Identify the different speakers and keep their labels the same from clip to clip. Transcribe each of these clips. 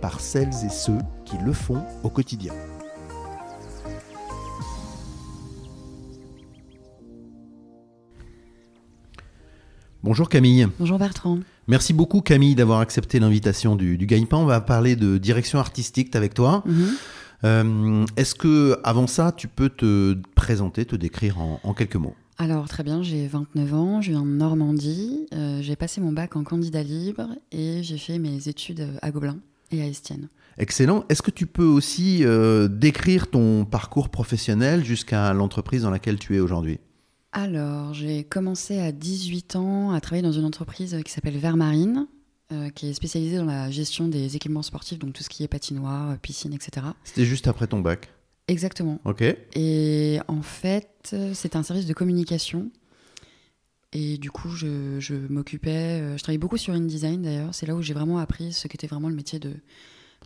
Speaker 1: par celles et ceux qui le font au quotidien. Bonjour Camille.
Speaker 2: Bonjour Bertrand.
Speaker 1: Merci beaucoup Camille d'avoir accepté l'invitation du, du Gagne-Pain. On va parler de direction artistique avec toi.
Speaker 2: Mhm.
Speaker 1: Euh, Est-ce que avant ça, tu peux te présenter, te décrire en, en quelques mots
Speaker 2: Alors très bien, j'ai 29 ans, je viens de Normandie, euh, j'ai passé mon bac en candidat libre et j'ai fait mes études euh, à Gobelin et à Estienne.
Speaker 1: Excellent. Est-ce que tu peux aussi euh, décrire ton parcours professionnel jusqu'à l'entreprise dans laquelle tu es aujourd'hui
Speaker 2: Alors j'ai commencé à 18 ans à travailler dans une entreprise euh, qui s'appelle Vermarine, euh, qui est spécialisée dans la gestion des équipements sportifs, donc tout ce qui est patinoire, euh, piscine, etc.
Speaker 1: C'était juste après ton bac.
Speaker 2: Exactement.
Speaker 1: Ok.
Speaker 2: Et en fait, euh, c'était un service de communication. Et du coup, je, je m'occupais. euh, Je travaillais beaucoup sur InDesign d'ailleurs. C'est là où j'ai vraiment appris ce qu'était vraiment le métier de,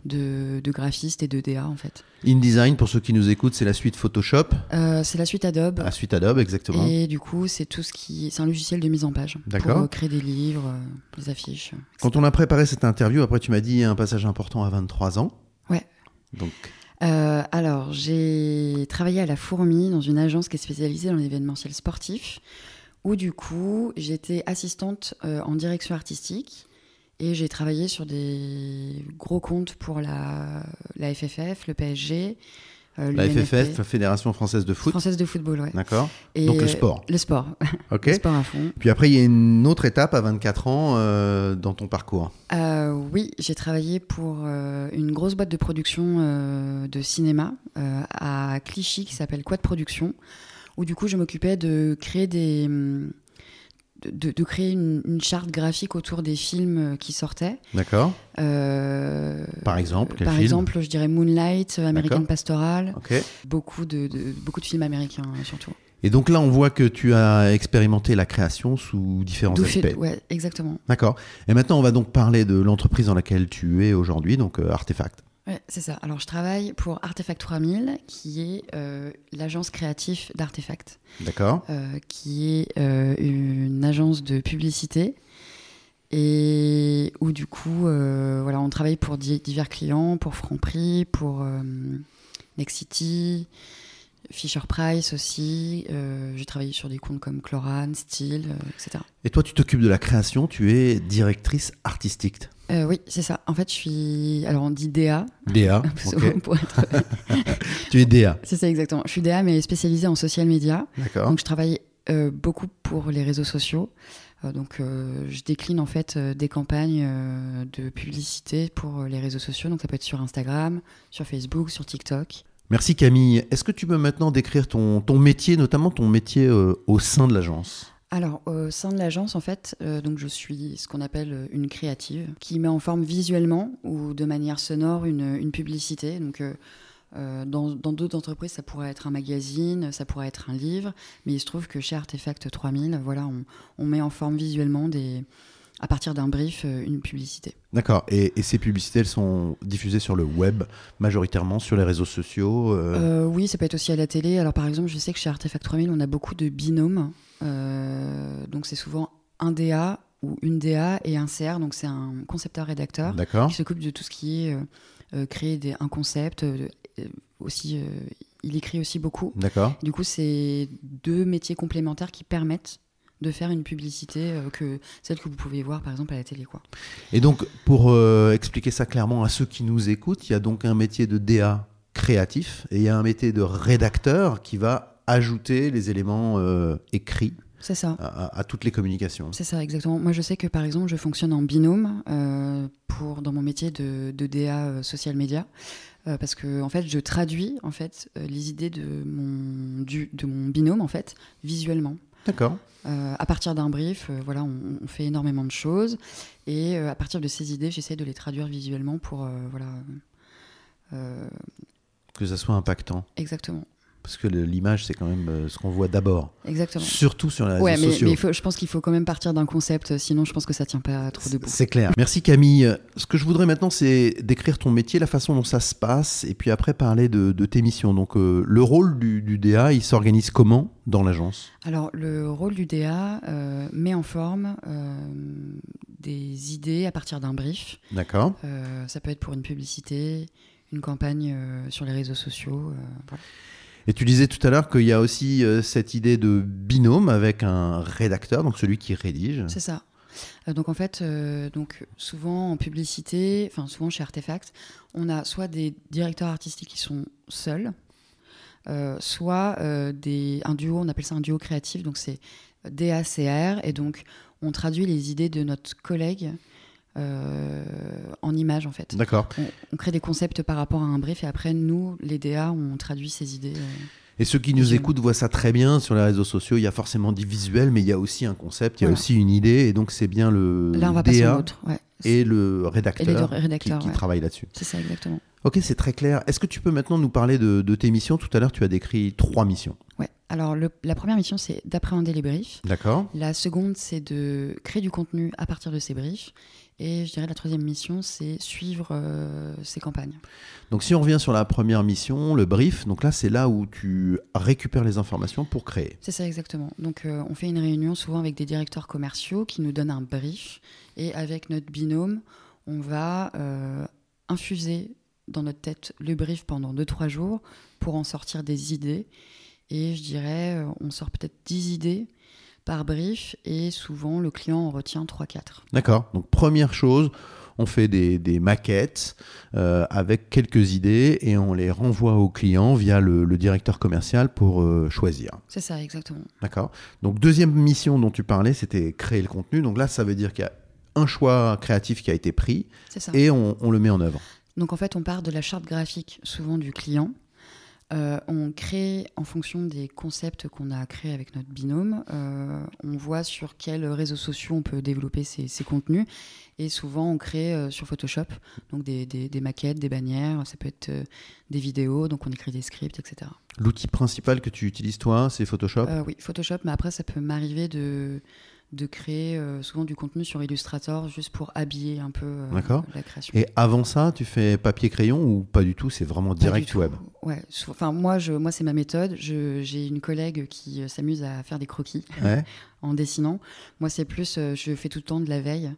Speaker 2: de, de graphiste et de DA en fait.
Speaker 1: InDesign, pour ceux qui nous écoutent, c'est la suite Photoshop,
Speaker 2: Euh, c'est la suite Adobe.
Speaker 1: la suite Adobe, exactement.
Speaker 2: Et du coup, c'est tout ce qui. C'est un logiciel de mise en page.
Speaker 1: D'accord.
Speaker 2: Pour euh, créer des livres, euh, des affiches. euh, etc.
Speaker 1: Quand on a préparé cette interview, après tu m'as dit un passage important à 23 ans.
Speaker 2: Ouais.
Speaker 1: Donc,
Speaker 2: Euh, alors, j'ai travaillé à la Fourmi dans une agence qui est spécialisée dans l'événementiel sportif, où du coup, j'étais assistante euh, en direction artistique et j'ai travaillé sur des gros comptes pour la, la FFF, le PSG, euh,
Speaker 1: la
Speaker 2: l'UNFP,
Speaker 1: FFF, la Fédération Française de Foot.
Speaker 2: Française de football, ouais.
Speaker 1: D'accord
Speaker 2: Et,
Speaker 1: Donc
Speaker 2: euh,
Speaker 1: le sport.
Speaker 2: Le sport,
Speaker 1: Ok.
Speaker 2: le sport à fond.
Speaker 1: Puis après, il y a une autre étape à 24 ans euh, dans ton parcours.
Speaker 2: Euh, oui, j'ai travaillé pour euh, une grosse boîte de production euh, de cinéma euh, à Clichy qui s'appelle Quad Production, où du coup je m'occupais de créer des hum, de, de- de créer une, une charte graphique autour des films euh, qui sortaient.
Speaker 1: D'accord
Speaker 2: Euh,
Speaker 1: Par exemple, quel
Speaker 2: par
Speaker 1: film
Speaker 2: exemple, je dirais Moonlight, euh, American
Speaker 1: D'accord.
Speaker 2: Pastoral,
Speaker 1: Ok.
Speaker 2: beaucoup de, de- beaucoup de films américains euh, surtout.
Speaker 1: Et donc là, on voit que tu as expérimenté la création sous différents
Speaker 2: D'où
Speaker 1: aspects.
Speaker 2: fait- ouais, exactement.
Speaker 1: D'accord. Et maintenant, on va donc parler de l'entreprise dans laquelle tu es aujourd'hui, donc euh, Artefact.
Speaker 2: Ouais, c'est ça. Alors, je travaille pour Artefact 3000, qui est euh, l'agence créative d'Artefact.
Speaker 1: D'accord
Speaker 2: euh, qui est euh, une agence de publicité et où du coup, euh, voilà, on travaille pour di- divers clients, pour Franprix, pour euh, Nexity, Fisher Price aussi. Euh, J'ai travaillé sur des comptes comme Cloran, Steel, euh, etc.
Speaker 1: Et toi, tu t'occupes de la création, tu es directrice artistique.
Speaker 2: Euh, oui, c'est ça. En fait, je suis. Alors, on dit DA.
Speaker 1: DA. ok.
Speaker 2: pour être-
Speaker 1: tu es DA.
Speaker 2: C'est ça, exactement. Je suis DA, mais spécialisée en social media.
Speaker 1: D'accord.
Speaker 2: Donc je travaille euh, beaucoup pour les réseaux sociaux. Euh, donc euh, je décline en fait euh, des campagnes euh, de publicité pour euh, les réseaux sociaux. Donc ça peut être sur Instagram, sur Facebook, sur TikTok.
Speaker 1: Merci Camille. Est-ce que tu peux maintenant décrire ton, ton métier, notamment ton métier euh, au sein de l'agence
Speaker 2: Alors, au sein de l'agence, en fait, euh, donc je suis ce qu'on appelle euh, une créative, qui met en forme visuellement ou de manière sonore une, une publicité. Donc, euh, euh, dans dans d'autres entreprises, ça pourrait être un magazine, ça pourrait être un livre, mais il se trouve que chez Artefact 3000, voilà, on, on met en forme visuellement, des, à partir d'un brief, euh, une publicité.
Speaker 1: D'accord. Et, et ces publicités, elles sont diffusées sur le web, majoritairement sur les réseaux sociaux. euh,
Speaker 2: Euh, oui, ça peut être aussi à la télé. Alors, par exemple, je sais que chez Artefact 3000, on a beaucoup de binômes. Euh, donc, c'est souvent un DA ou une DA et un CR, donc c'est un concepteur-rédacteur.
Speaker 1: D'accord.
Speaker 2: qui s'occupe de tout ce qui est euh, euh, créer des- un concept. euh, euh, aussi, euh, il écrit aussi beaucoup.
Speaker 1: D'accord.
Speaker 2: Du coup, c'est deux métiers complémentaires qui permettent de faire une publicité euh, que celle que vous pouvez voir par exemple à la télé. Quoi.
Speaker 1: Et donc, pour euh, expliquer ça clairement à ceux qui nous écoutent, il y a donc un métier de DA créatif et il y a un métier de rédacteur qui va ajouter les éléments euh, écrits
Speaker 2: C'est ça.
Speaker 1: à, à- à toutes les communications.
Speaker 2: C'est ça, exactement. Moi, je sais que par exemple, je fonctionne en binôme euh, pour, dans mon métier de, de DA euh, social media. euh, parce que en fait, je traduis en fait euh, les idées de mon, du, de mon binôme en fait visuellement.
Speaker 1: D'accord.
Speaker 2: Euh, à partir d'un brief, euh, voilà, on, on fait énormément de choses et euh, à partir de ces idées, j'essaie de les traduire visuellement pour euh, voilà Euh,
Speaker 1: Que ça soit impactant.
Speaker 2: exactement.
Speaker 1: Parce que le- l'image, c'est quand même euh, ce qu'on voit d'abord.
Speaker 2: Exactement.
Speaker 1: Surtout sur les
Speaker 2: Ouais,
Speaker 1: réseaux
Speaker 2: mais,
Speaker 1: sociaux.
Speaker 2: mais il faut- je pense qu'il faut quand même partir d'un concept, euh, sinon je pense que ça tient pas trop debout.
Speaker 1: C'est clair. Merci Camille. Ce que je voudrais maintenant, c'est décrire ton métier, la façon dont ça se passe, et puis après parler de, de tes missions. Donc euh, le rôle du, du DA, il s'organise comment dans l'agence
Speaker 2: Alors, le rôle du DA euh, met en forme euh, des idées à partir d'un brief.
Speaker 1: D'accord.
Speaker 2: Euh, ça peut être pour une publicité, une campagne euh, sur les réseaux sociaux. euh, voilà.
Speaker 1: Et tu disais tout à l'heure qu'il y a aussi euh, cette idée de binôme avec un rédacteur, donc celui qui rédige.
Speaker 2: C'est ça. Euh, donc en fait, euh, donc souvent en publicité, enfin souvent chez Artefact, on a soit des directeurs artistiques qui sont seuls, euh, soit euh, des, un duo, on appelle ça un duo créatif, donc c'est DACR, et donc on traduit les idées de notre collègue euh, en images en fait.
Speaker 1: D'accord.
Speaker 2: On, on crée des concepts par rapport à un brief, et après nous, les DA, on traduit ces idées. euh,
Speaker 1: Et ceux qui nous écoutent voient ça très bien sur les réseaux sociaux. Il y a forcément du visuel, mais il y a aussi un concept, il y a
Speaker 2: Voilà.
Speaker 1: aussi une idée. Et donc, c'est bien le
Speaker 2: Là, on va passer à
Speaker 1: DA
Speaker 2: l'autre. ouais.
Speaker 1: Euh, et le
Speaker 2: Et les deux
Speaker 1: rédacteur qui,
Speaker 2: rédacteurs,
Speaker 1: qui
Speaker 2: ouais.
Speaker 1: travaillent là-dessus.
Speaker 2: c'est ça exactement.
Speaker 1: Ok, c'est très clair. Est-ce que tu peux maintenant nous parler de, de tes missions Tout à l'heure, tu as décrit trois missions.
Speaker 2: Ouais. Alors le- la première mission, c'est d'appréhender les briefs.
Speaker 1: D'accord.
Speaker 2: La seconde, c'est de créer du contenu à partir de ces briefs. Et je dirais la troisième mission, c'est suivre euh, ces campagnes.
Speaker 1: Donc, si on revient sur la première mission, le brief, donc là, c'est là où tu récupères les informations pour créer.
Speaker 2: C'est ça exactement. Donc euh, on fait une réunion souvent avec des directeurs commerciaux qui nous donnent un brief. Et avec notre binôme, on va euh, infuser dans notre tête le brief pendant 2-3 jours pour en sortir des idées. Et je dirais, euh, on sort peut-être 10 idées par brief et souvent le client en retient 3-4.
Speaker 1: D'accord. Donc, première chose, on fait des, des maquettes euh, avec quelques idées et on les renvoie au client via le, le directeur commercial pour euh, choisir.
Speaker 2: C'est ça exactement.
Speaker 1: D'accord. Donc, deuxième mission dont tu parlais, c'était créer le contenu. Donc là, ça veut dire qu'il y a un choix créatif qui a été pris
Speaker 2: C'est ça.
Speaker 1: et on, on le met en œuvre.
Speaker 2: Donc en fait, on part de la charte graphique souvent du client. Euh, on crée en fonction des concepts qu'on a créés avec notre binôme. Euh, on voit sur quels réseaux sociaux on peut développer ces, ces contenus. Et souvent, on crée euh, sur Photoshop donc des, des- des maquettes, des bannières. Ça peut être euh, des vidéos. Donc on écrit des scripts, etc.
Speaker 1: L'outil principal que tu utilises, toi, c'est Photoshop.
Speaker 2: Euh, oui, Photoshop. Mais après, ça peut m'arriver de de créer euh, souvent du contenu sur Illustrator juste pour habiller un peu euh,
Speaker 1: D'accord.
Speaker 2: la création.
Speaker 1: Et avant ça, tu fais papier-crayon ou pas du tout C'est vraiment
Speaker 2: Pas
Speaker 1: direct
Speaker 2: du tout.
Speaker 1: web.
Speaker 2: Ouais. sou- Enfin, moi, je, moi, c'est ma méthode. Je- J'ai une collègue qui euh, s'amuse à faire des croquis
Speaker 1: Ouais.
Speaker 2: en dessinant. Moi, c'est plus, euh, je fais tout le temps de la veille.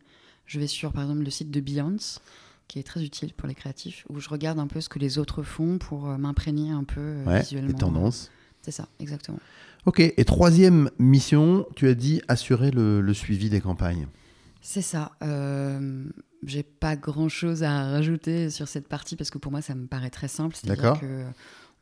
Speaker 2: Je vais sur, par exemple, le site de Behance, qui est très utile pour les créatifs, où je regarde un peu ce que les autres font pour euh, m'imprégner un peu euh,
Speaker 1: Ouais,
Speaker 2: visuellement.
Speaker 1: les tendances.
Speaker 2: C'est ça, exactement.
Speaker 1: Ok, et troisième mission, tu as dit assurer le, le suivi des campagnes.
Speaker 2: C'est ça. Euh, J'ai pas grand chose à rajouter sur cette partie parce que pour moi ça me paraît très simple.
Speaker 1: D'accord.
Speaker 2: C'est-à-dire que euh,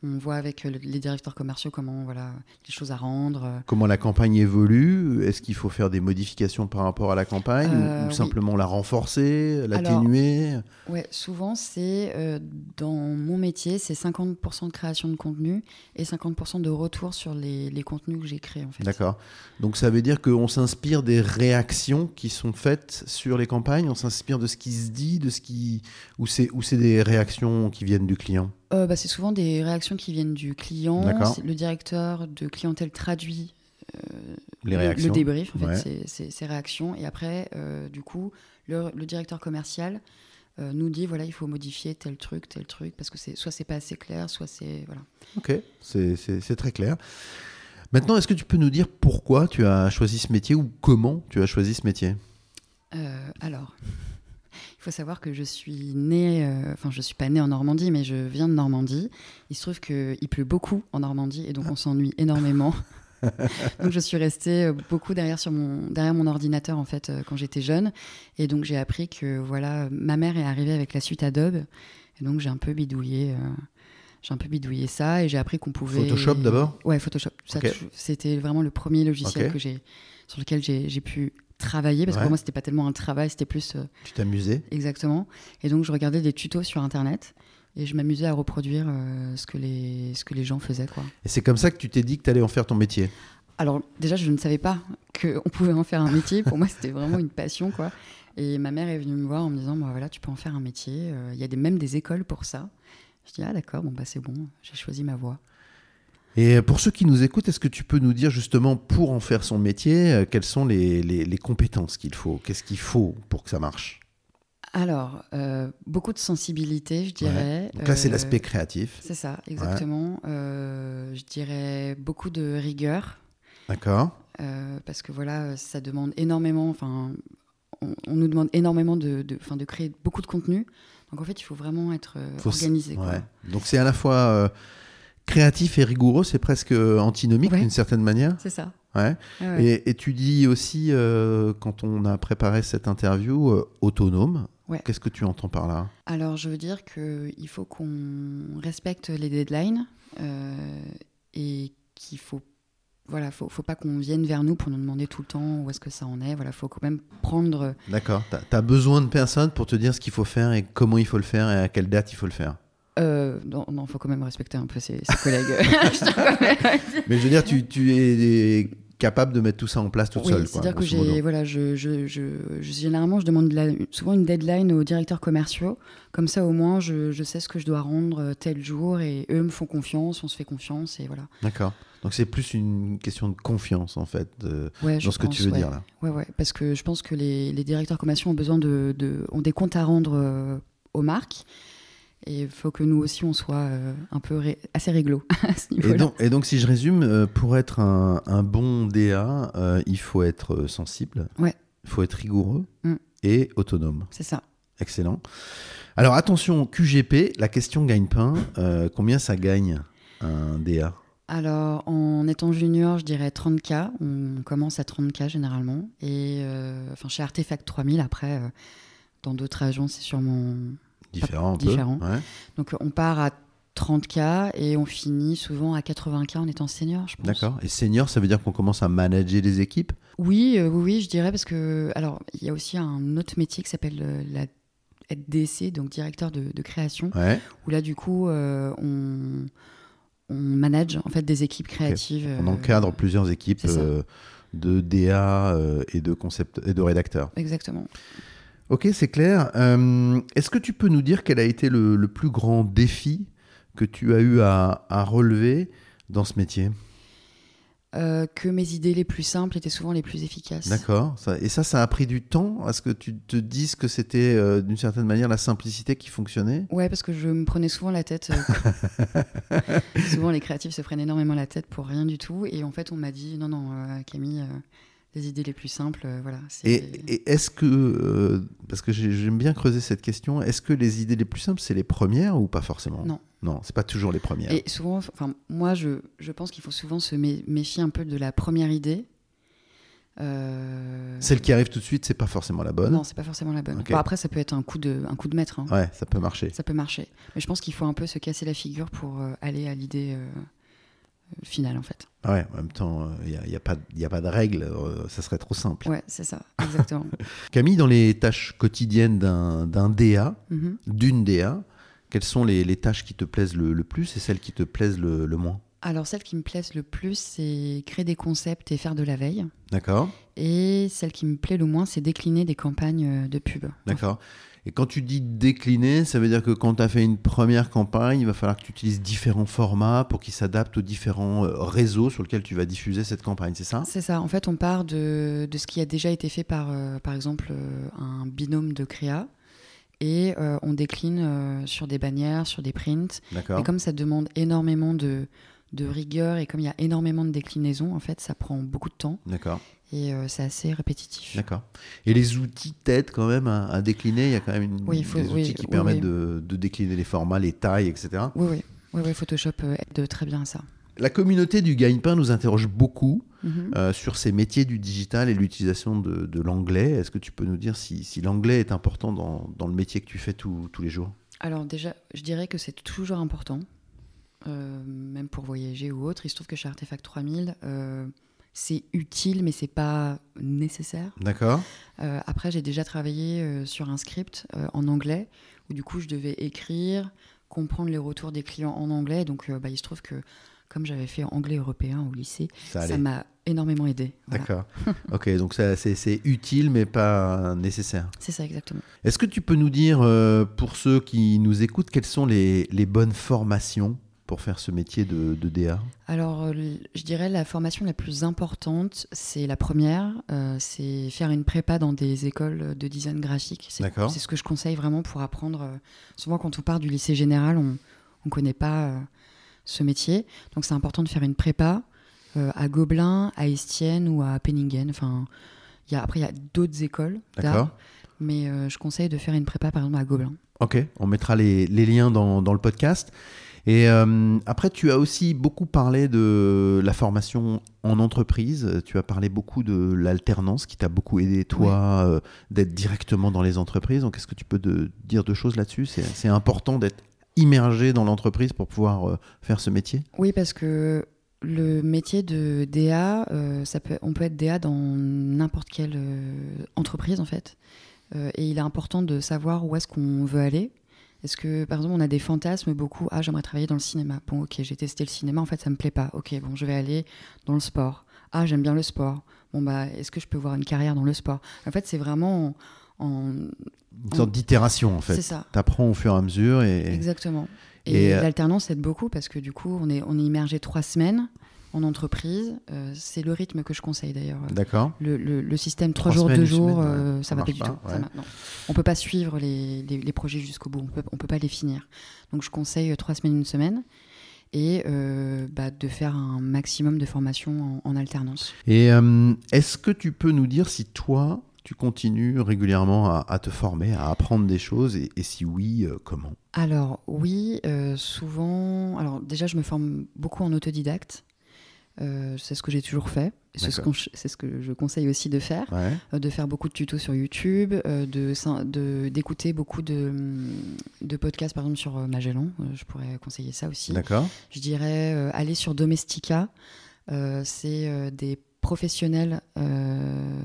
Speaker 2: on voit avec euh, le- les directeurs commerciaux comment voilà les choses à rendre, euh,
Speaker 1: Comment la campagne évolue Est-ce qu'il faut faire des modifications par rapport à la campagne ou-
Speaker 2: Euh,
Speaker 1: ou,
Speaker 2: oui.
Speaker 1: simplement la renforcer,
Speaker 2: Alors-
Speaker 1: l'atténuer
Speaker 2: Ouais, souvent c'est euh, dans mon métier, c'est 50% de création de contenu et 50% de retour sur les, les contenus que j'ai créés en fait.
Speaker 1: D'accord. Donc ça veut dire qu'on s'inspire des réactions qui sont faites sur les campagnes, on s'inspire de ce qui se dit, de ce qui ou c'est ou c'est des réactions qui viennent du client.
Speaker 2: Euh, bah, c'est souvent des réactions qui viennent du client.
Speaker 1: D'accord.
Speaker 2: C'est- Le directeur de clientèle traduit
Speaker 1: Les
Speaker 2: le-
Speaker 1: réactions.
Speaker 2: le débrief, en fait,
Speaker 1: Ouais.
Speaker 2: c'est- c'est- ces réactions. Et après, euh, du coup, le, le directeur commercial euh, nous dit voilà, il faut modifier tel truc, tel truc, parce que c'est soit c'est pas assez clair, soit c'est voilà.
Speaker 1: Ok, c'est- c'est c'est très clair. Maintenant, est-ce que tu peux nous dire pourquoi tu as choisi ce métier ou comment tu as choisi ce métier
Speaker 2: Euh, alors, il faut savoir que je suis née, euh, enfin je suis pas née en Normandie, mais je viens de Normandie. Il se trouve qu'il pleut beaucoup en Normandie et donc on s'ennuie énormément. donc je suis restée euh, beaucoup derrière, sur mon, derrière mon ordinateur en fait euh, quand j'étais jeune. Et donc j'ai appris que voilà, ma mère est arrivée avec la suite Adobe. Et donc j'ai un peu bidouillé. euh, j'ai un peu bidouillé ça et j'ai appris qu'on pouvait.
Speaker 1: Photoshop d'abord
Speaker 2: Ouais, Photoshop. Ça,
Speaker 1: Ok.
Speaker 2: tu- C'était vraiment le premier logiciel
Speaker 1: Ok.
Speaker 2: que j'ai, sur lequel j'ai j'ai pu travailler parce que
Speaker 1: Ouais.
Speaker 2: pour moi c'était pas tellement un travail, c'était plus euh,
Speaker 1: Tu t'amusais
Speaker 2: exactement. Et donc je regardais des tutos sur internet et je m'amusais à reproduire euh, ce que les ce que les gens faisaient quoi.
Speaker 1: Et c'est comme ça que tu t'es dit que tu allais en faire ton métier.
Speaker 2: Alors déjà je ne savais pas qu'on pouvait en faire un métier. Pour moi c'était vraiment une passion quoi. Et ma mère est venue me voir en me disant Bah voilà tu peux en faire un métier. Euh, Il y a des, même des écoles pour ça. Je dis, ah d'accord, bon, bah, c'est bon, j'ai choisi ma voie.
Speaker 1: Et euh, pour ceux qui nous écoutent, est-ce que tu peux nous dire justement, pour en faire son métier, euh, quelles sont les, les- les compétences qu'il faut Qu'est-ce qu'il faut pour que ça marche
Speaker 2: Alors, euh, beaucoup de sensibilité, je dirais.
Speaker 1: Donc là, c'est
Speaker 2: Euh,
Speaker 1: l'aspect créatif.
Speaker 2: C'est ça, exactement. Euh, je dirais beaucoup de rigueur,
Speaker 1: D'accord
Speaker 2: euh, parce que voilà, ça demande énormément. Enfin, on, on nous demande énormément de, de, enfin, de créer beaucoup de contenu. Donc en fait, il faut vraiment être euh,
Speaker 1: Faut s-
Speaker 2: organisé. quoi.
Speaker 1: Ouais. Donc c'est à la fois euh, créatif et rigoureux, c'est presque euh, antinomique
Speaker 2: Ouais.
Speaker 1: d'une certaine manière.
Speaker 2: C'est ça.
Speaker 1: Ouais.
Speaker 2: Ouais, ouais.
Speaker 1: Et, et tu dis aussi, euh, quand on a préparé cette interview, euh, autonome.
Speaker 2: Ouais.
Speaker 1: Qu'est-ce que tu entends par là
Speaker 2: Alors, je veux dire qu'il faut qu'on respecte les deadlines euh, et qu'il faut. Voilà, faut, faut pas qu'on vienne vers nous pour nous demander tout le temps où est-ce que ça en est. Voilà, faut quand même prendre.
Speaker 1: D'accord. T'as as besoin de personnes pour te dire ce qu'il faut faire et comment il faut le faire et à quelle date il faut le faire.
Speaker 2: Euh, non, non, faut quand même respecter un peu ses, ses collègues. Je te promets.
Speaker 1: Mais je veux dire, tu, tu es capable de mettre tout ça en place toute
Speaker 2: Oui,
Speaker 1: seule. quoi,
Speaker 2: C'est-à-dire que
Speaker 1: grosso modo.
Speaker 2: j'ai, voilà, je, je, je- je- généralement, je demande la- souvent une deadline aux directeurs commerciaux. Comme ça, au moins, je, je sais ce que je dois rendre euh, tel jour et eux me font confiance, on se fait confiance et voilà.
Speaker 1: D'accord. Donc c'est plus une question de confiance en fait de-
Speaker 2: Ouais, je
Speaker 1: dans ce que
Speaker 2: pense,
Speaker 1: tu veux
Speaker 2: ouais.
Speaker 1: dire là.
Speaker 2: Ouais, ouais, parce que je pense que les, les directeurs commerciaux ont besoin de, de- ont des comptes à rendre euh, aux marques. Et il faut que nous aussi, on soit euh, un peu ré- assez réglo à ce
Speaker 1: Et
Speaker 2: niveau-là.
Speaker 1: donc, et donc, si je résume, euh, pour être un, un bon DA, euh, il faut être euh, sensible,
Speaker 2: Ouais.
Speaker 1: il faut être rigoureux
Speaker 2: Mm.
Speaker 1: et autonome.
Speaker 2: C'est ça.
Speaker 1: Excellent. Alors attention, QGP, la question gagne-pain, euh, combien ça gagne un DA
Speaker 2: Alors, en étant junior, je dirais 30K. On commence à 30K généralement. Et euh, enfin, chez Artefact 3000, après, euh, dans d'autres agences, c'est sûrement.
Speaker 1: Différent un
Speaker 2: Différent.
Speaker 1: peu. ouais.
Speaker 2: Donc, on part à 30K et on finit souvent à 80K en étant senior, je pense.
Speaker 1: D'accord. Et senior, ça veut dire qu'on commence à manager les équipes
Speaker 2: Oui, euh, oui, oui, je dirais parce que. Alors, il y a aussi un autre métier qui s'appelle euh, la DC, donc directeur de, de création,
Speaker 1: Ouais.
Speaker 2: où là, du coup, euh, on, on manage en fait des équipes créatives.
Speaker 1: On
Speaker 2: euh,
Speaker 1: encadre plusieurs équipes
Speaker 2: c'est ça.
Speaker 1: euh, de DA euh, et de concept et de rédacteurs.
Speaker 2: Exactement.
Speaker 1: Ok, c'est clair. Euh, Est-ce que tu peux nous dire quel a été le, le plus grand défi que tu as eu à, à relever dans ce métier
Speaker 2: euh, que mes idées les plus simples étaient souvent les plus efficaces.
Speaker 1: D'accord. Ça- Et ça, ça a pris du temps à ce que tu te dises que c'était euh, d'une certaine manière la simplicité qui fonctionnait
Speaker 2: Ouais, parce que je me prenais souvent la tête. euh, souvent, les créatifs se prennent énormément la tête pour rien du tout. Et en fait, on m'a dit non, non, euh, Camille, euh, les idées les plus simples, euh, voilà. c'est-
Speaker 1: et, et est-ce que, euh, parce que j'ai- j'aime bien creuser cette question, est-ce que les idées les plus simples, c'est les premières ou pas forcément
Speaker 2: Non.
Speaker 1: Non, c'est pas toujours les premières.
Speaker 2: Et souvent, enfin, moi, je, je pense qu'il faut souvent se mé- méfier un peu de la première idée. Euh,
Speaker 1: Celle qui arrive tout de suite, c'est pas forcément la bonne.
Speaker 2: Non, c'est pas forcément la bonne.
Speaker 1: Ok. Ah
Speaker 2: Bon, après, ça peut être un coup de, un coup de maître. hein.
Speaker 1: Ouais, ça peut marcher.
Speaker 2: Ça peut marcher. Mais je pense qu'il faut un peu se casser la figure pour euh, aller à l'idée euh, euh, finale, en fait.
Speaker 1: Ouais, en même temps, il n'y a, y a, pas- y a pas de règle, euh, ça serait trop simple.
Speaker 2: Ouais, c'est ça, exactement.
Speaker 1: Camille, dans les tâches quotidiennes d'un d'un DA,
Speaker 2: Mhm.
Speaker 1: d'une DA, quelles sont les, les tâches qui te plaisent le, le plus et celles qui te plaisent le, le moins
Speaker 2: Alors, celle qui me plaise le plus, c'est créer des concepts et faire de la veille.
Speaker 1: D'accord
Speaker 2: Et celle qui me plaît le moins, c'est décliner des campagnes euh, de pub.
Speaker 1: D'accord. Et quand tu dis décliner, ça veut dire que quand tu as fait une première campagne, il va falloir que tu utilises différents formats pour qu'ils s'adaptent aux différents euh, réseaux sur lesquels tu vas diffuser cette campagne, c'est ça
Speaker 2: C'est ça, en fait, on part de, de ce qui a déjà été fait par, euh, par exemple, euh, un binôme de créa. Et euh, on décline euh, sur des bannières, sur des prints.
Speaker 1: D'accord.
Speaker 2: Et comme ça demande énormément de, de rigueur et comme il y a énormément de déclinaisons, en fait, ça prend beaucoup de temps
Speaker 1: D'accord.
Speaker 2: et euh, c'est assez répétitif.
Speaker 1: D'accord. Et les outils t'aident quand même à, à décliner. Il y a quand même une-
Speaker 2: Oui, il faut-
Speaker 1: des outils
Speaker 2: oui,
Speaker 1: qui
Speaker 2: oui,
Speaker 1: permettent
Speaker 2: oui.
Speaker 1: De, de décliner les formats, les tailles, etc.
Speaker 2: Oui, oui, oui, oui, Photoshop euh, aide très bien à ça.
Speaker 1: La communauté du gagne-pain nous interroge beaucoup
Speaker 2: Mhm.
Speaker 1: euh, sur ces métiers du digital et l'utilisation de, de l'anglais. Est-ce que tu peux nous dire si, si l'anglais est important dans, dans le métier que tu fais tous- tous les jours
Speaker 2: Alors déjà, je dirais que c'est toujours important, euh, même pour voyager ou autre. Il se trouve que chez Artefact 3000, euh, c'est utile, mais c'est pas nécessaire.
Speaker 1: D'accord.
Speaker 2: Euh, après, j'ai déjà travaillé euh, sur un script euh, en anglais, où du coup, je devais écrire, comprendre les retours des clients en anglais. Donc, euh, bah, il se trouve que comme j'avais fait anglais européen au lycée,
Speaker 1: Ça allait.
Speaker 2: ça m'a énormément aidé.
Speaker 1: D'accord. ok, donc ça, c'est- c'est utile mais pas nécessaire.
Speaker 2: C'est ça exactement.
Speaker 1: Est-ce que tu peux nous dire, euh, pour ceux qui nous écoutent, quelles sont les, les bonnes formations pour faire ce métier de, de DA
Speaker 2: Alors, euh, l- je dirais la formation la plus importante, c'est la première, euh, c'est faire une prépa dans des écoles de design graphique. C'est-
Speaker 1: D'accord.
Speaker 2: C'est ce que je conseille vraiment pour apprendre. euh, Souvent, quand on part du lycée général, on ne connaît pas euh, ce métier. Donc, c'est important de faire une prépa euh, à Gobelin, à Estienne ou à Penningen. Enfin, il y a, après, il y a d'autres écoles
Speaker 1: D'accord.
Speaker 2: d'art, mais euh, je conseille de faire une prépa, par exemple, à Gobelin.
Speaker 1: Ok, on mettra les, les liens dans, dans le podcast. Et euh, après, tu as aussi beaucoup parlé de la formation en entreprise. Tu as parlé beaucoup de l'alternance qui t'a beaucoup aidé, toi, euh, d'être directement dans les entreprises. Donc, est-ce que tu peux de- dire deux choses là-dessus C'est c'est important d'être immergé dans l'entreprise pour pouvoir euh, faire ce métier
Speaker 2: Oui, parce que le métier de DA, euh, ça peut, on peut être DA dans n'importe quelle euh, entreprise en fait. Euh, et il est important de savoir où est-ce qu'on veut aller. Est-ce que, par exemple, on a des fantasmes beaucoup Ah, j'aimerais travailler dans le cinéma. Bon, ok, j'ai testé le cinéma, en fait, ça me plaît pas. Ok, bon, je vais aller dans le sport. Ah, j'aime bien le sport. Bon, bah, est-ce que je peux voir une carrière dans le sport En fait, c'est vraiment en. en-
Speaker 1: Une sorte d'itération, en
Speaker 2: c'est
Speaker 1: fait.
Speaker 2: ça.
Speaker 1: T'apprends au fur et à mesure et
Speaker 2: Exactement.
Speaker 1: Et,
Speaker 2: Et,
Speaker 1: euh,
Speaker 2: l'alternance aide beaucoup parce que du coup, on est, on est immergé trois semaines en entreprise. Euh, c'est le rythme que je conseille d'ailleurs.
Speaker 1: d'accord.
Speaker 2: Le, le- le système
Speaker 1: Trois
Speaker 2: trois jours,
Speaker 1: semaines, une
Speaker 2: deux jours,
Speaker 1: semaine,
Speaker 2: euh,
Speaker 1: ouais. Ça
Speaker 2: ça va pas
Speaker 1: marche
Speaker 2: du
Speaker 1: pas,
Speaker 2: tout. Ça
Speaker 1: ouais.
Speaker 2: va- non. On peut pas suivre les, les- les projets jusqu'au bout. On peut, on peut pas les finir. Donc je conseille euh, trois semaines, une semaine. Et euh, bah, de faire un maximum de formations en, en alternance.
Speaker 1: Et euh, est-ce que tu peux nous dire si toi, tu continues régulièrement à, à te former, à apprendre des choses, et, et si oui, euh, comment
Speaker 2: Alors oui, euh, souvent. Alors déjà, je me forme beaucoup en autodidacte. Euh, c'est ce que j'ai toujours fait. C'est ce,
Speaker 1: D'accord.
Speaker 2: qu'on- c'est ce que je conseille aussi de faire,
Speaker 1: ouais.
Speaker 2: Euh, de faire beaucoup de tutos sur YouTube, euh, de s'in- de- d'écouter beaucoup de, hum, de podcasts, par exemple sur euh, Magellan. Euh, je pourrais conseiller ça aussi.
Speaker 1: D'accord.
Speaker 2: Je dirais euh, aller sur Domestica. Euh, c'est euh, des professionnels euh,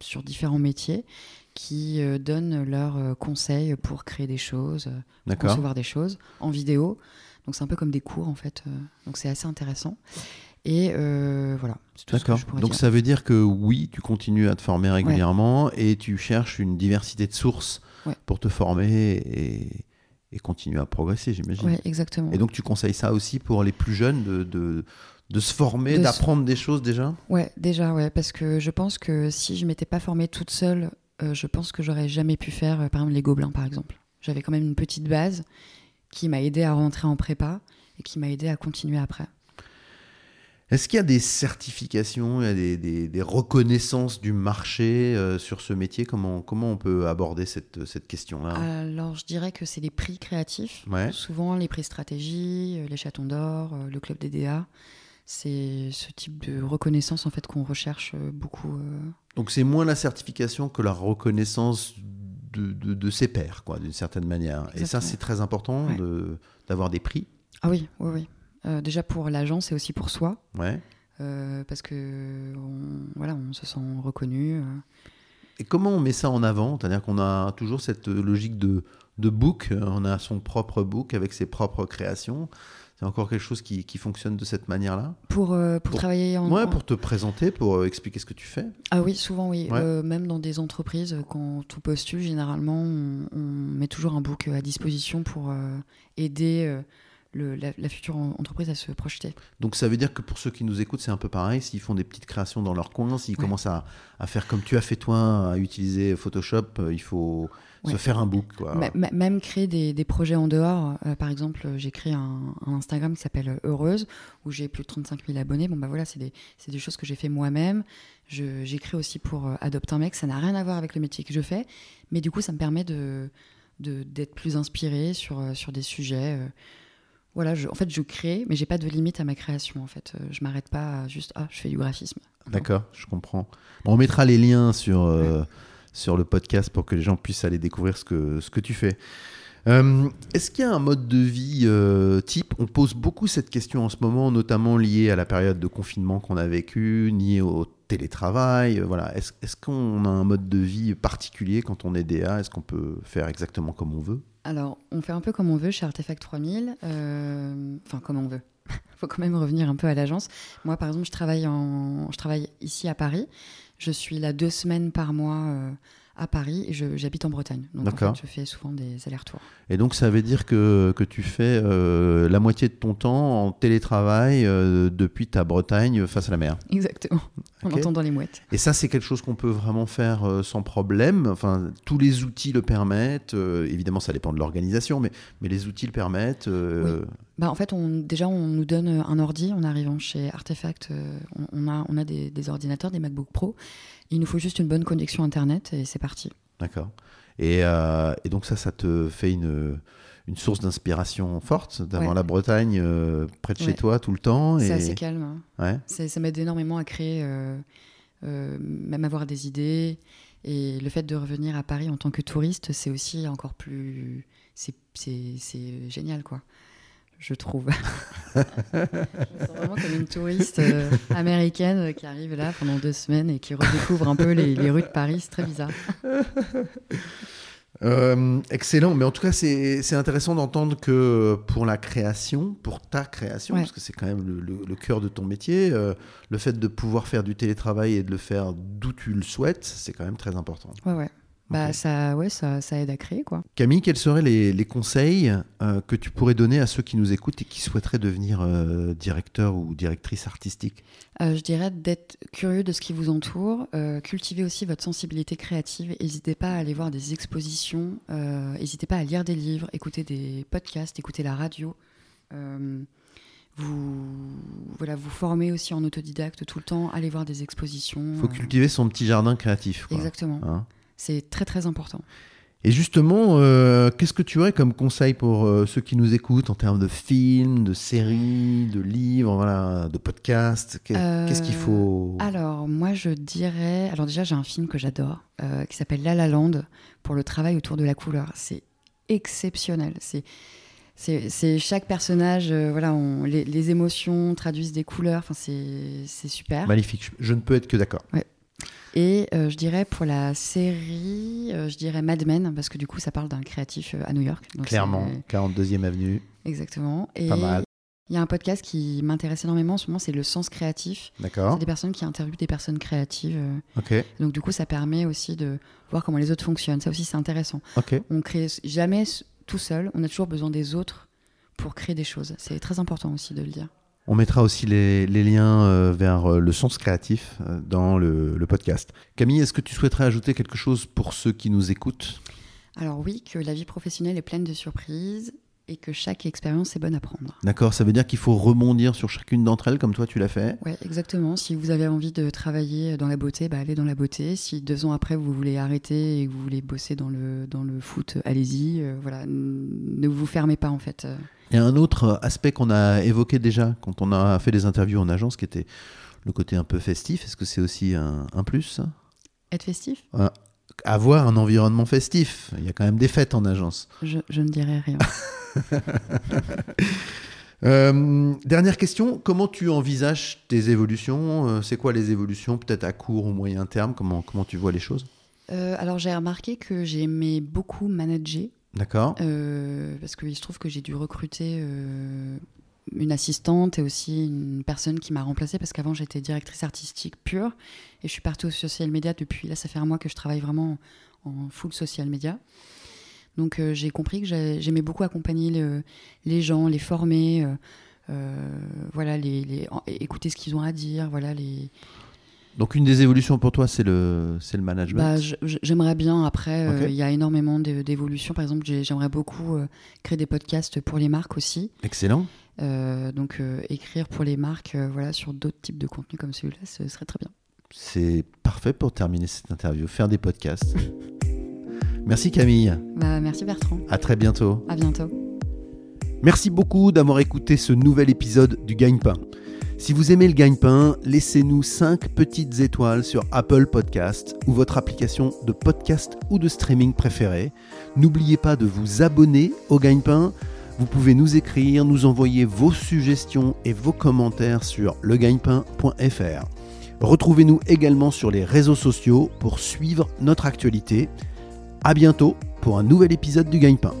Speaker 2: sur différents métiers qui euh, donnent leurs euh, conseils pour créer des choses,
Speaker 1: D'accord.
Speaker 2: concevoir des choses en vidéo. Donc c'est un peu comme des cours en fait. euh, Donc c'est assez intéressant. Et euh, voilà, c'est tout ce que
Speaker 1: D'accord.
Speaker 2: je pourrais
Speaker 1: Donc
Speaker 2: dire.
Speaker 1: ça veut dire que oui, tu continues à te former régulièrement et tu cherches une diversité de sources
Speaker 2: Ouais.
Speaker 1: pour te former et, et continuer à progresser, j'imagine.
Speaker 2: Ouais, exactement.
Speaker 1: Et donc tu conseilles ça aussi pour les plus jeunes de, de, de se former,
Speaker 2: De se-
Speaker 1: d'apprendre des choses déjà
Speaker 2: Ouais, déjà, ouais, parce que je pense que si je m'étais pas formée toute seule, euh, je pense que j'aurais jamais pu faire, euh, par exemple, les gobelins, par exemple. J'avais quand même une petite base qui m'a aidé à rentrer en prépa et qui m'a aidé à continuer après.
Speaker 1: Est-ce qu'il y a des certifications, il y a des, des- des reconnaissances du marché euh, sur ce métier comment, comment on peut aborder cette, cette question-là
Speaker 2: Alors, je dirais que c'est les prix créatifs.
Speaker 1: Ouais.
Speaker 2: Souvent, les prix stratégie, euh, les chatons d'or, euh, le club des DA. C'est ce type de reconnaissance en fait qu'on recherche euh, beaucoup. euh.
Speaker 1: Donc c'est moins la certification que la reconnaissance de, de- de ses pairs, quoi, d'une certaine manière. Et ça,
Speaker 2: Exactement.
Speaker 1: c'est très important
Speaker 2: Ouais.
Speaker 1: de- d'avoir des prix.
Speaker 2: Ah oui, oui, oui. Euh, déjà pour l'agence et aussi pour soi.
Speaker 1: Ouais.
Speaker 2: Euh, parce que on, voilà, on se sent reconnu. euh.
Speaker 1: Et comment on met ça en avant C'est-à-dire qu'on a toujours cette logique de, de book, euh, on a son propre book avec ses propres créations. C'est encore quelque chose qui, qui fonctionne de cette manière-là
Speaker 2: Pour, euh, pour,
Speaker 1: Pour-
Speaker 2: travailler en.
Speaker 1: Ouais,
Speaker 2: en-
Speaker 1: pour te présenter, pour euh, expliquer ce que tu fais.
Speaker 2: Ah oui, souvent oui.
Speaker 1: Ouais.
Speaker 2: Euh, même dans des entreprises, euh, quand on postule, généralement, on, on met toujours un book euh, à disposition pour euh, aider euh, le- la, la future en- entreprise à se projeter.
Speaker 1: Donc ça veut dire que pour ceux qui nous écoutent, c'est un peu pareil. S'ils font des petites créations dans leur coin, s'ils
Speaker 2: Ouais.
Speaker 1: commencent à, à faire comme tu as fait toi, à utiliser Photoshop, euh, il faut se
Speaker 2: Ouais. Bah,
Speaker 1: faire un book. Quoi.
Speaker 2: Ma- ma- même créer des, des projets en dehors. Euh, par exemple, euh, j'ai créé un, un Instagram qui s'appelle Heureuse, où j'ai plus de 35 000 abonnés. Bon, bah voilà, c'est des, c'est des choses que j'ai fait moi-même. Je- J'écris aussi pour euh, Adopte un mec. Ça n'a rien à voir avec le métier que je fais. Mais du coup, ça me permet de de- d'être plus inspirée sur, euh, sur des sujets. euh. voilà, je- en fait, je crée, mais j'ai pas de limite à ma création. En fait, Euh, je m'arrête pas à juste, ah, je fais du graphisme.
Speaker 1: D'accord, je comprends. Bon, on mettra les liens sur, euh, sur le podcast pour que les gens puissent aller découvrir ce que, ce que tu fais. Euh, Est-ce qu'il y a un mode de vie euh, type On pose beaucoup cette question en ce moment, notamment liée à la période de confinement qu'on a vécu, liée au télétravail. euh, Voilà. Est-ce est-ce qu'on a un mode de vie particulier quand on est DA Est-ce qu'on peut faire exactement comme on veut
Speaker 2: Alors, on fait un peu comme on veut chez Artefact 3000, euh, enfin comme on veut. faut quand même revenir un peu à l'agence. Moi, par exemple, je travaille, en... je travaille ici à Paris. Je suis là deux semaines par mois euh, à Paris et je- j'habite en Bretagne. Donc, en
Speaker 1: D'accord.
Speaker 2: fait, je fais souvent des allers-retours.
Speaker 1: Et donc, ça veut dire que, que tu fais euh, la moitié de ton temps en télétravail euh, depuis ta Bretagne face à la mer.
Speaker 2: Exactement. On
Speaker 1: Ok.
Speaker 2: entend dans les mouettes.
Speaker 1: Et ça, c'est quelque chose qu'on peut vraiment faire euh, sans problème. Enfin, tous les outils le permettent. Euh, évidemment, ça dépend de l'organisation, mais, mais les outils le permettent. euh,
Speaker 2: Bah, en fait, on, déjà, on nous donne un ordi en arrivant chez Artefact. euh, on, on a, on a des, des ordinateurs, des MacBook Pro. Il nous faut juste une bonne connexion Internet et c'est parti.
Speaker 1: D'accord. Et, euh, et donc ça, ça te fait une, une source d'inspiration forte d'avoir
Speaker 2: Ouais.
Speaker 1: la Bretagne euh, près de chez
Speaker 2: Ouais.
Speaker 1: toi tout le temps. Et...
Speaker 2: C'est assez calme. hein.
Speaker 1: Ouais.
Speaker 2: Ça, ça m'aide énormément à créer, euh, euh, même avoir des idées. Et le fait de revenir à Paris en tant que touriste, c'est aussi encore plus. C'est c'est- c'est génial, quoi. Je trouve. je me sens vraiment comme une touriste euh, américaine qui arrive là pendant deux semaines et qui redécouvre un peu les, les rues de Paris. C'est très bizarre.
Speaker 1: Euh, excellent, mais en tout cas c'est c'est intéressant d'entendre que pour la création, pour ta création,
Speaker 2: Ouais.
Speaker 1: parce que c'est quand même le, le- le cœur de ton métier, euh, le fait de pouvoir faire du télétravail et de le faire d'où tu le souhaites, c'est quand même très important.
Speaker 2: Ouais, ouais. Bah,
Speaker 1: Ok.
Speaker 2: ça, ouais, ça, ça aide à créer, quoi.
Speaker 1: Camille, quels seraient les, les conseils euh, que tu pourrais donner à ceux qui nous écoutent et qui souhaiteraient devenir euh, directeur ou directrice artistique
Speaker 2: Euh, je dirais d'être curieux de ce qui vous entoure, euh, cultiver aussi votre sensibilité créative. N'hésitez pas à aller voir des expositions, euh, n'hésitez pas à lire des livres, écouter des podcasts, écouter la radio. Euh, vous voilà, vous formez aussi en autodidacte tout le temps, allez voir des expositions.
Speaker 1: Il faut
Speaker 2: euh,
Speaker 1: cultiver son petit jardin créatif. quoi.
Speaker 2: Exactement.
Speaker 1: Hein.
Speaker 2: C'est très très important.
Speaker 1: Et justement, euh, qu'est-ce que tu aurais comme conseil pour euh, ceux qui nous écoutent en termes de films, de séries, de livres, voilà, de podcasts Qu'est-
Speaker 2: Euh,
Speaker 1: Qu'est-ce qu'il faut
Speaker 2: Alors, moi, je dirais. Alors, déjà, j'ai un film que j'adore euh, qui s'appelle La La Land pour le travail autour de la couleur. C'est exceptionnel. C'est. C'est c'est chaque personnage, euh, voilà, on, les, les émotions traduisent des couleurs, enfin c'est c'est super.
Speaker 1: Magnifique, je, je ne peux être que d'accord.
Speaker 2: Et euh, je dirais pour la série, euh, je dirais Mad Men, parce que du coup ça parle d'un créatif euh, à New York. Donc
Speaker 1: Clairement,
Speaker 2: c'est-
Speaker 1: 42e avenue,
Speaker 2: Exactement. Et
Speaker 1: Pas mal.
Speaker 2: il y a un podcast qui m'intéresse énormément en ce moment, c'est Le Sens Créatif. C'est
Speaker 1: d'accord
Speaker 2: des personnes qui interviewent des personnes créatives. euh,
Speaker 1: Ok,
Speaker 2: Donc du coup, ça permet aussi de voir comment les autres fonctionnent. Ça aussi, c'est intéressant.
Speaker 1: ok.
Speaker 2: On crée jamais s- tout seul. On a toujours besoin des autres pour créer des choses. C'est très important aussi de le dire.
Speaker 1: On mettra aussi les, les liens euh, vers euh, le sens créatif euh, dans le, le podcast. Camille, est-ce que tu souhaiterais ajouter quelque chose pour ceux qui nous écoutent
Speaker 2: Alors oui, que la vie professionnelle est pleine de surprises et que chaque expérience est bonne à prendre.
Speaker 1: D'accord, ça veut dire qu'il faut rebondir sur chacune d'entre elles comme toi tu l'as fait
Speaker 2: Ouais, exactement. Si vous avez envie de travailler dans la beauté, bah, allez dans la beauté. Si deux ans après vous voulez arrêter et que vous voulez bosser dans le dans le foot, allez-y. Euh, voilà, n- ne vous fermez pas en fait. Euh,
Speaker 1: Il y a un autre aspect qu'on a évoqué déjà quand on a fait des interviews en agence qui était le côté un peu festif. Est-ce que c'est aussi un, un plus ça
Speaker 2: Être festif
Speaker 1: Avoir un environnement festif. Il y a quand même des fêtes en agence.
Speaker 2: je, je ne dirais rien.
Speaker 1: Euh, dernière question, comment tu envisages tes évolutions Euh, C'est quoi les évolutions peut-être à court ou moyen terme comment, comment tu vois les choses
Speaker 2: Euh, alors j'ai remarqué que j'aimais beaucoup manager
Speaker 1: D'accord
Speaker 2: euh, parce qu'il se trouve que j'ai dû recruter euh, une assistante et aussi une personne qui m'a remplacée parce qu'avant j'étais directrice artistique pure et je suis partie au social media depuis là ça fait un mois que je travaille vraiment en full social media. Donc euh, j'ai compris que j'ai- j'aimais beaucoup accompagner le- les gens, les former, euh, euh, voilà, les, les- en- écouter ce qu'ils ont à dire, voilà les.
Speaker 1: Donc une des évolutions pour toi, c'est le, c'est le management.
Speaker 2: Bah, je- je- j'aimerais bien. Après, euh,
Speaker 1: Ok.
Speaker 2: il y a énormément de- d'évolutions. Par exemple, j'ai- j'aimerais beaucoup euh, créer des podcasts pour les marques aussi.
Speaker 1: Excellent.
Speaker 2: Euh, donc, euh, écrire pour les marques euh, voilà, sur d'autres types de contenus comme celui-là, ce serait très bien.
Speaker 1: C'est parfait pour terminer cette interview, faire des podcasts. Merci Camille,
Speaker 2: Bah, merci Bertrand.
Speaker 1: à très bientôt.
Speaker 2: À bientôt.
Speaker 1: Merci beaucoup d'avoir écouté ce nouvel épisode du Gagne-Pain. Si vous aimez le Gagne-Pain, laissez-nous 5 petites étoiles sur Apple Podcast ou votre application de podcast ou de streaming préférée. N'oubliez pas de vous abonner au Gagne-Pain. Vous pouvez nous écrire, nous envoyer vos suggestions et vos commentaires sur legagnepain.fr. Retrouvez-nous également sur les réseaux sociaux pour suivre notre actualité. À bientôt pour un nouvel épisode du Gagne-Pain.